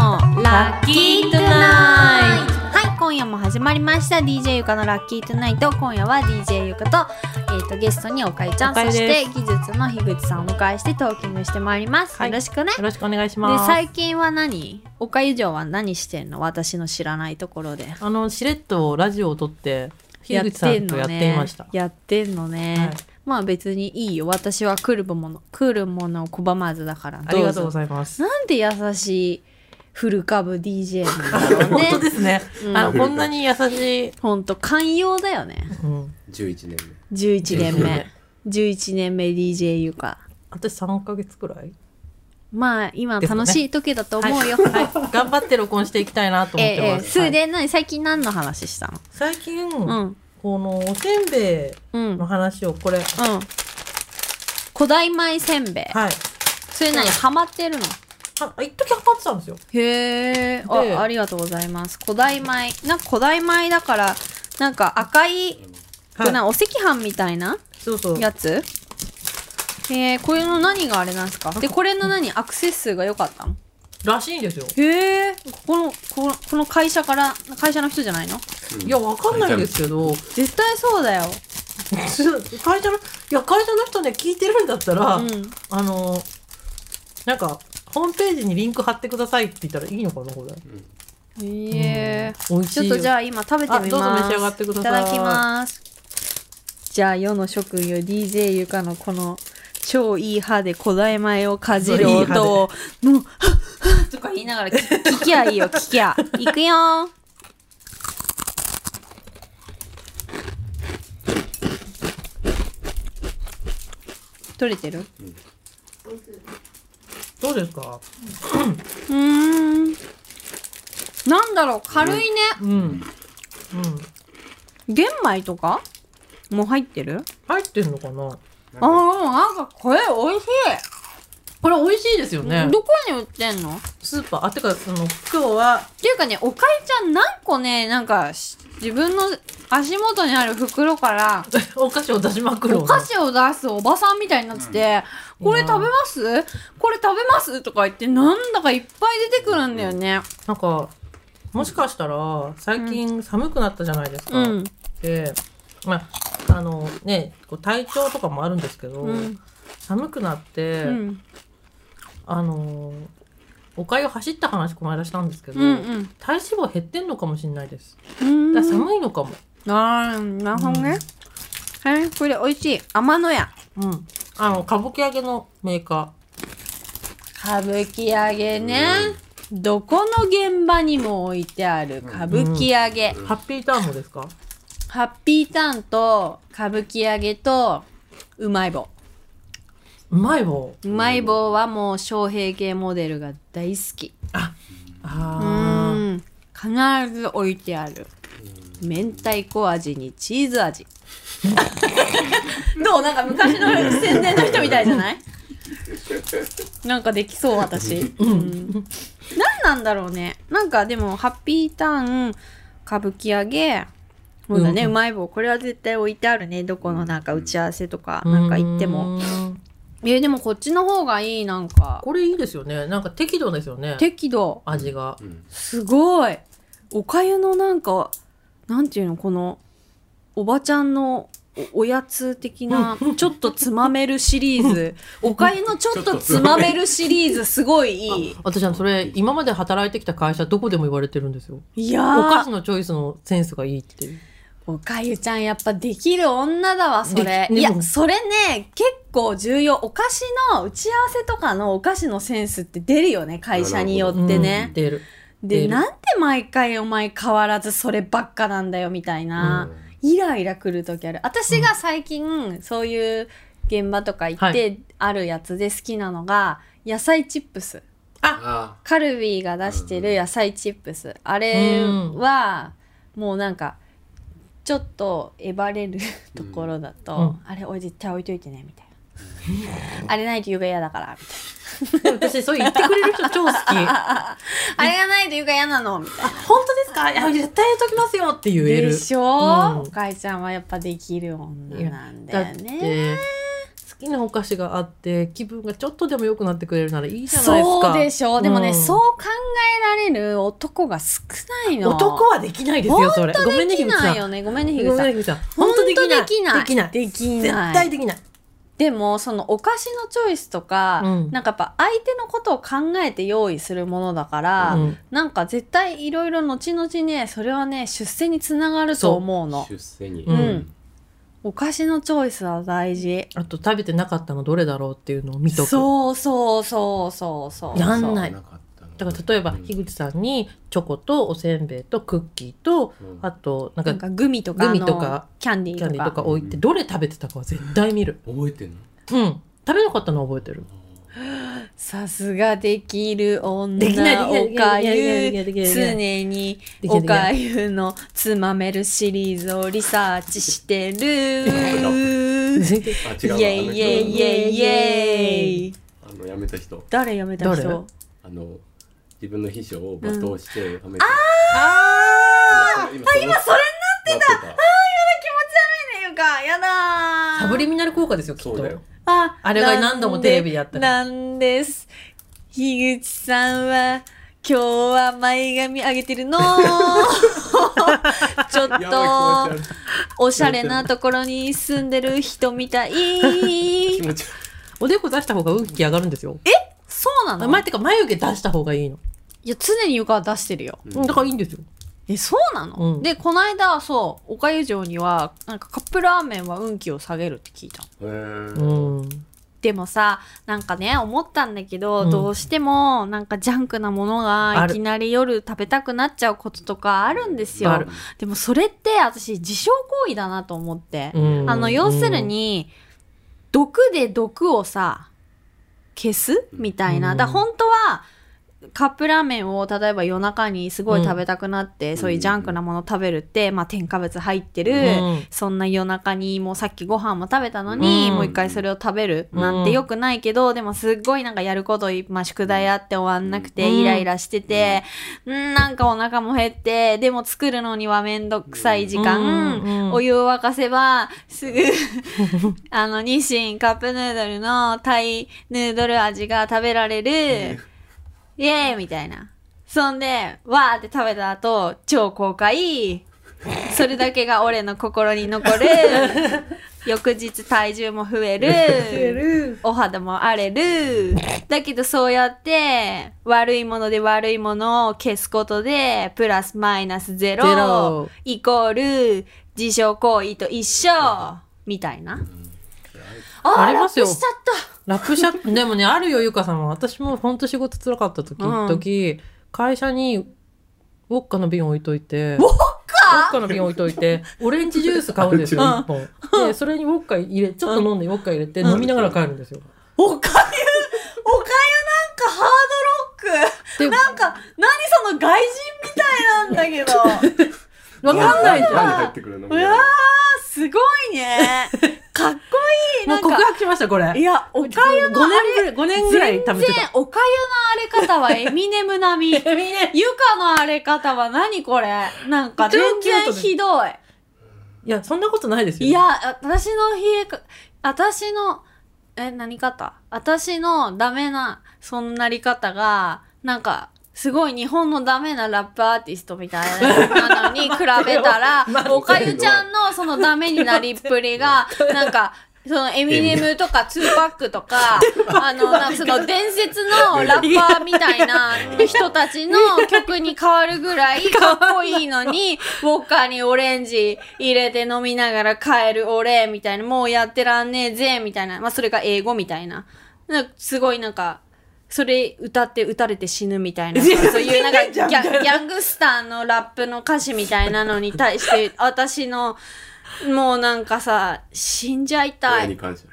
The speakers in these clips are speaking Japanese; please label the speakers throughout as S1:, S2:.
S1: ラッキートゥナイト
S2: はい今夜も始まりました DJ ゆかのラッキートゥナイト今夜は DJ ゆかと,、えー、とゲストにおかゆちゃん
S1: お
S2: そ
S1: かゆ
S2: し
S1: で
S2: て
S1: す
S2: 技術の樋口さんをお迎えしてトーキングしてまいります、
S1: はい
S2: よろしくね
S1: よろしくお願いし
S2: で
S1: ます。
S2: 最近は何おかゆ嬢は何してんの私の知らないところで
S1: あのしれっとラジオを撮って樋口さんとやっていました。
S2: やってんのね
S1: はい
S2: まあ別にいいよ私は来るもの来るものを拒まずだから
S1: ありがとう
S2: どぞ
S1: ございます。
S2: なんで優しいフル株 DJ なんだろう
S1: 本当
S2: ね
S1: ですね。
S2: うん
S1: あのこんなに優しい。
S2: ほんと寛容だよね
S1: うん、
S3: 11年
S2: 11年目
S1: ね
S2: 11年目 DJ ゆか
S1: 私三ヶ月くらい。
S2: まあ今楽しい時だと思うよ、
S1: はいはい頑張って録音していきたいなと
S2: え
S1: 思っ
S2: え
S1: て
S2: ええ
S1: ます。
S2: それ
S1: はい
S2: で何最近何の話したの
S1: 最近、
S2: うん
S1: このおせんべ
S2: うんう
S1: い
S2: ん、
S1: の話をこれ、は
S2: 古代米せんべい、
S1: い。
S2: それ何ハマってるの
S1: あ一時ハマってたんですよ。
S2: へえ
S1: で
S2: あありがとうございます古代米なんか古代米だからなんか赤い、
S1: はい
S2: なんかお赤飯みたいな
S1: そうそう。
S2: やつへえこれの何があれなんですかでこれの何アクセス数が良かったの
S1: らしいんですよ。
S2: へえここのここの会社から会社の人じゃないの
S1: いや、わかんないんですけど、
S2: 絶対そうだよ
S1: 会社のいや会社の人ね聞いてるんだったら、
S2: うん
S1: あのなんかホームページにリンク貼ってくださいって言ったらいいのかなこれ
S2: へえ
S1: 美味し
S2: ちょっ
S1: いよ
S2: とじゃあ今食べてみます
S1: あどうぞ召し上がってください
S2: いただきますじゃあ世の諸君よ DJ ゆかのこの超いい歯で古代米をかじる
S1: いい歯で
S2: 音をもう「はっはっ」とか言いながら聞聞きゃいいよ聞きゃいくよー取れてる
S1: どうですか
S2: うーんなんだろう軽いね、
S1: うんうん
S2: 玄米とかも入ってる
S1: 入ってんのかな
S2: ああなんかこれ美味しい、
S1: これ美味しいですよね
S2: どこに売ってんのっ
S1: スーパーあてかその今日は
S2: ていうかねおかゆちゃん何個ねなんかし自分の足元にある袋から
S1: お菓子を出しまくる
S2: お菓子を出すおばさんみたいになってて、これ食べますこれ食べますとか言ってなんだかいっぱい出てくるんだよね
S1: なんかもしかしたら最近寒くなったじゃないです
S2: う
S1: か、
S2: ん
S1: でまああのねこう体調とかもあるんですけど、
S2: うん
S1: 寒くなって、
S2: うん
S1: あのーおかゆ走った話この間したんですけど、
S2: うんうん
S1: 体脂肪減ってんのかもしれないです。
S2: うーん
S1: だから寒いのかも。
S2: あーなるほどね、はいこれ美味しい天の屋
S1: うん。あの、歌舞伎揚げのメーカ
S2: 歌舞伎揚げね、どこの現場にも置いてある歌舞伎揚げ、
S1: ー、ハッピーターンもですか
S2: ハッピーターンと歌舞伎揚げとうまい棒
S1: うまい棒。
S2: うまい棒はもう昌平系モデルが大好きう
S1: あ
S2: ん必ず置いてある明太子味にチーズ味どうなんか昔の宣伝の人みたいじゃないなんかできそう私うん何なんだろうねなんかでもハッピーターン歌舞伎揚げそうだね、
S1: う
S2: うんまい棒これは絶対置いてあるねどこのなんか打ち合わせとか
S1: ー。
S2: なんか行っても
S1: うーん。
S2: えーでもこっちの方がいいなんか
S1: これいいですよね。なんか適度ですよね。
S2: 適度
S1: 味が。
S2: すごいおかゆのなんかなんていうのこのおばちゃんのおおやつ的なちょっとつまめるシリー ズおかゆのちょっとつまめるシリーズすごいいい
S1: 私はそれ、今まで働いてきた会社どこでも言われてるんですよ。
S2: い
S1: お菓
S2: やー
S1: 子のチョイスのセンスがいいっていう。
S2: おかゆちゃんやっぱできる女だわそれ
S1: でき
S2: い
S1: で
S2: や
S1: も
S2: それね結構重要お菓子の打ち合わせとかのお菓子のセンスって出るよね会社によって
S1: うん
S2: ね、
S1: 出る。出
S2: で
S1: る
S2: なんで毎回お前変わらずそればっかなんだよみたいな、イライラくる時ある私が最近、そういう現場とか行っ
S1: は
S2: てあるやつで好きなのが野菜チップス
S3: あ
S2: カルビーが出してる野菜チップス、あれはもうなんかちょっとえばれる ところだと、
S1: うん
S2: あれおい絶対置いといてねみたいなあれないと言うが嫌だからみたい
S1: 私、そう言ってくれる人超好き。
S2: なあれがないと言うが嫌なのみたいな
S1: 本当ですかいや絶対言っときますよって言える
S2: でしょ、
S1: うん
S2: おかえちゃんはやっぱできる女なんだ
S1: だ
S2: よ
S1: っ
S2: ね
S1: てきなお菓子があって気分がちょっとでも良くなってくれるならいいじゃないですか
S2: そうでしょうでもね、
S1: うん
S2: そう考えられる男が少ないの
S1: 男はできないですよそれごめん
S2: で
S1: ねひ
S2: き
S1: ぐさ
S2: なんいよねごめんねひ
S1: ご
S2: ぐ
S1: めん
S2: さ
S1: ね
S2: ん
S1: ひぐさん
S2: 本当できない
S1: 本当できない
S2: できない
S1: 絶対できない
S2: でもそのお菓子のチョイスとか、
S1: うん
S2: なんかやっぱ相手のことを考えて用意するものだから、
S1: うん
S2: なんか絶対いろいろ後々ねそれはね出世につながると思うの
S3: 出世に、
S1: うん
S2: お菓子のチョイスは大事
S1: あと食べてなかったのどれだろうっていうのを見とく
S2: そうそうそうそうそう
S1: やんない
S3: そうかった
S1: だ
S3: の
S1: から例えば
S3: うん
S1: 樋口さんにチョコとおせんべいとクッキーと
S3: うん
S1: あとなん
S2: な
S1: か
S2: んかグミとか
S1: グミとか
S2: あのキャンディー
S1: キ
S2: と
S1: ャ
S2: か
S1: ンディーとか置いて
S3: うん
S1: どれ食べてたかは絶対見る
S3: 覚えてんの
S1: うん食べなかったのは覚えてる
S2: さすができる女
S1: できないで
S2: お
S1: きな
S2: か
S1: いで
S2: ゆ
S1: きないできないできないで
S2: 常に
S1: きないできないできない
S2: おかゆのつまめるシリーズをリサーチして る
S3: あ
S2: イ
S3: 違うわ
S2: ェイイェイイェイイェイ
S3: あのやめた人
S2: 誰やめた
S1: 誰
S2: 人
S3: あの自分の秘書を罵倒してやめた、
S1: あ
S3: 今それになってたなって
S2: 誰かやだ
S1: あ
S2: ー
S1: サブリミナル効果ですよきっ
S3: そうだよ
S1: と
S2: あ
S1: あれが何度もテレビでやった
S2: な
S1: ら
S2: んでなんです。樋口さんは、今日は前髪上げてるのち ょっ
S3: やばい気持ち悪
S2: と
S3: い
S2: おしゃれなところに住んでる人みたい
S3: 気持ち悪い
S1: おでこ出した方が運気上がるんですよ
S2: そうな
S1: あ
S2: の、
S1: 前ってか眉毛出した方がいいの
S2: いや常に床は出してるよ
S1: うんだからいいんですよ
S2: えそうなの、
S1: うん
S2: でこの間そうおかゆ城にはなんかカップラーメンは運気を下げるって聞いた
S3: へー
S1: うん
S2: でもさなんかね思ったんだけど、
S1: うん
S2: どうしてもなんかジャンクなものが
S1: あ
S2: い
S1: る
S2: きなり夜食べたくなっちゃうこととかあるんです
S1: あ
S2: よ
S1: る
S2: でもそれって私自傷行為だなと思って、
S1: うん
S2: あの要するに、毒で毒をさ消すみたいな、
S1: うん
S2: だから本当はカップラーメンを例えば夜中にすごい食べたくなって、そういうジャンクなもの食べるって、まあ添加物入ってる、
S1: うん
S2: そんな夜中にもうさっきご飯も食べたのに、
S1: うん
S2: もう一回それを食べるなんて良くないけど、でもすっごいなんかやることいっまあ宿題あって終わんなくて、
S1: うん
S2: イライラしてて、うん、なんかお腹も減って、でも作るのにはめんどくさい時間、
S1: うんうん
S2: お湯を沸かせば、すぐ、 あの、日清カップヌードルのタイヌードル味が食べられる、イエーイみたいな。そんで、わーって食べた後、超後悔。それだけが俺の心に残る。翌日体重も増える。お肌も荒れる。 だけどそうやって、悪いもので悪いものを消すことで、プラスマイナスゼロ、
S1: ゼロ
S2: イコール、自傷行為と一緒、みたいな。あー
S1: ありますよ
S2: ラップしちゃった。
S1: ラップシャッ プでもねあるよゆかさんは私もほんと仕事つらかった時、
S2: うん
S1: 時会社にウォッカの瓶置いといてウォッカウォッカの瓶置いといてオレンジジュース買うんですよ
S2: うん
S1: 1本でそれにウォッカ入れちょっと飲んでウォッカ入れて
S2: うん
S1: 飲みながら帰るんですよ
S2: おかゆ、おかゆなんかハードロック。
S1: で
S2: なんか、何その外人みたいなんだ けど。
S1: わかんないじ
S3: 何
S1: ゃん
S3: 何入ってくるの
S2: うわー、すごいね。かっこいい。
S1: も
S2: な
S1: うん告
S2: か、
S1: 白しましたこれ
S2: いや、おかゆの
S1: 5
S2: あ
S1: 年
S2: れ、
S1: ぐらい5年ぐらい食べて
S2: 全然
S1: た
S2: おかゆの荒れ方はエミネム 並み。ゆかの荒れ方は何これなんか全然ひどい。
S1: いやそんなことないですよ
S2: い や、あ私の冷えか、私の、え、何方私のダメな、そんなり方が、なんか、すごい日本のダメなラップアーティストみたいなの に比べたら
S1: 待って、よ
S2: おかゆちゃんのそのダメになりっぷり が、なんか、そのエミネムとかツーパックと か、あの、なんかその伝説のラッパーみたいな人たちの曲に変わるぐらいかっこいいのに、 ウォッカーにオレンジ入れて飲みながら帰る俺みたいな、もうやってらんねえぜ、みたいな。まあそれが英語みたいな。なんかすごいなんか、それ歌って撃たれて死ぬみたいな、そういうなんかギャギャングスターのラップの歌詞みたいなのに対 して、私の、もうなんかさ、死んじゃいた
S3: 親
S2: い
S3: に。感謝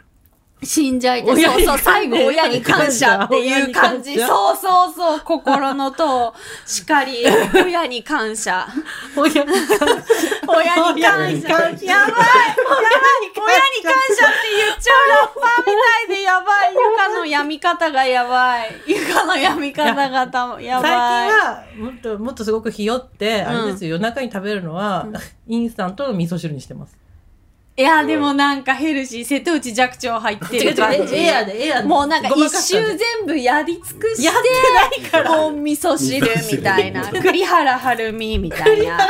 S2: 死んじゃいて、
S1: 親
S2: そう
S1: に
S2: そう、最後親に感謝っていう感じ。
S1: 親に感謝
S2: そうそうそう、心のと、しか り、親に感謝。
S1: 親に感謝
S2: 親に感謝。やばい親
S1: 親
S2: に
S1: に
S2: 感
S1: 感
S2: 謝って言っち
S1: 謝
S2: ゃうラッパーみたいでやばい。ゆかの病み方がやばい。ゆかの病み方がたまや
S1: 最近
S2: ばい。
S1: はもっともっとすごくひよって、あれですよ夜中に食べるのは、インスタントの味噌汁にしてます
S2: いやでもなんかヘルシー瀬戸内寂聴入って
S1: 違
S2: る
S1: う
S2: 感
S1: 違う
S2: じ
S1: えエアでエアで
S2: もうなんか
S1: ごま
S2: 一
S1: かした
S2: 周
S1: ね
S2: 全部やり尽くして
S1: ないか
S2: もう味噌汁みたい な
S3: 味噌
S2: 栗原はるみみたいな
S1: ら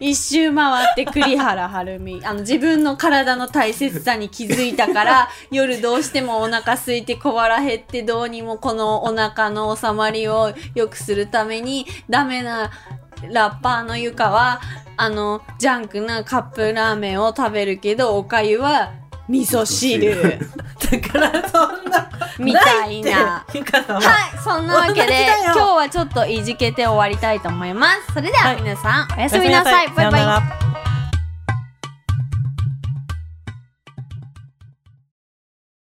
S2: 一周回って栗原はるみあの自分の体の大切さに気づいた から夜どうしてもお腹空いて小腹減ってどうにもこのお腹の収まりを良くするためにダメなラッパーのゆかはあのジャンクなカップラーメンを食べるけどおかゆは味噌
S3: 味噌
S2: 汁
S1: だからそんな
S2: みたいな。
S1: いってゆかさんは
S2: はい、そんな わけ
S1: 同じ
S2: で
S1: だよ
S2: 今日はちょっといじけて終わりたいと思います。それでは皆さん、おやすみなさい。
S1: おやすみ
S2: バイバイ。
S1: なさいさよなら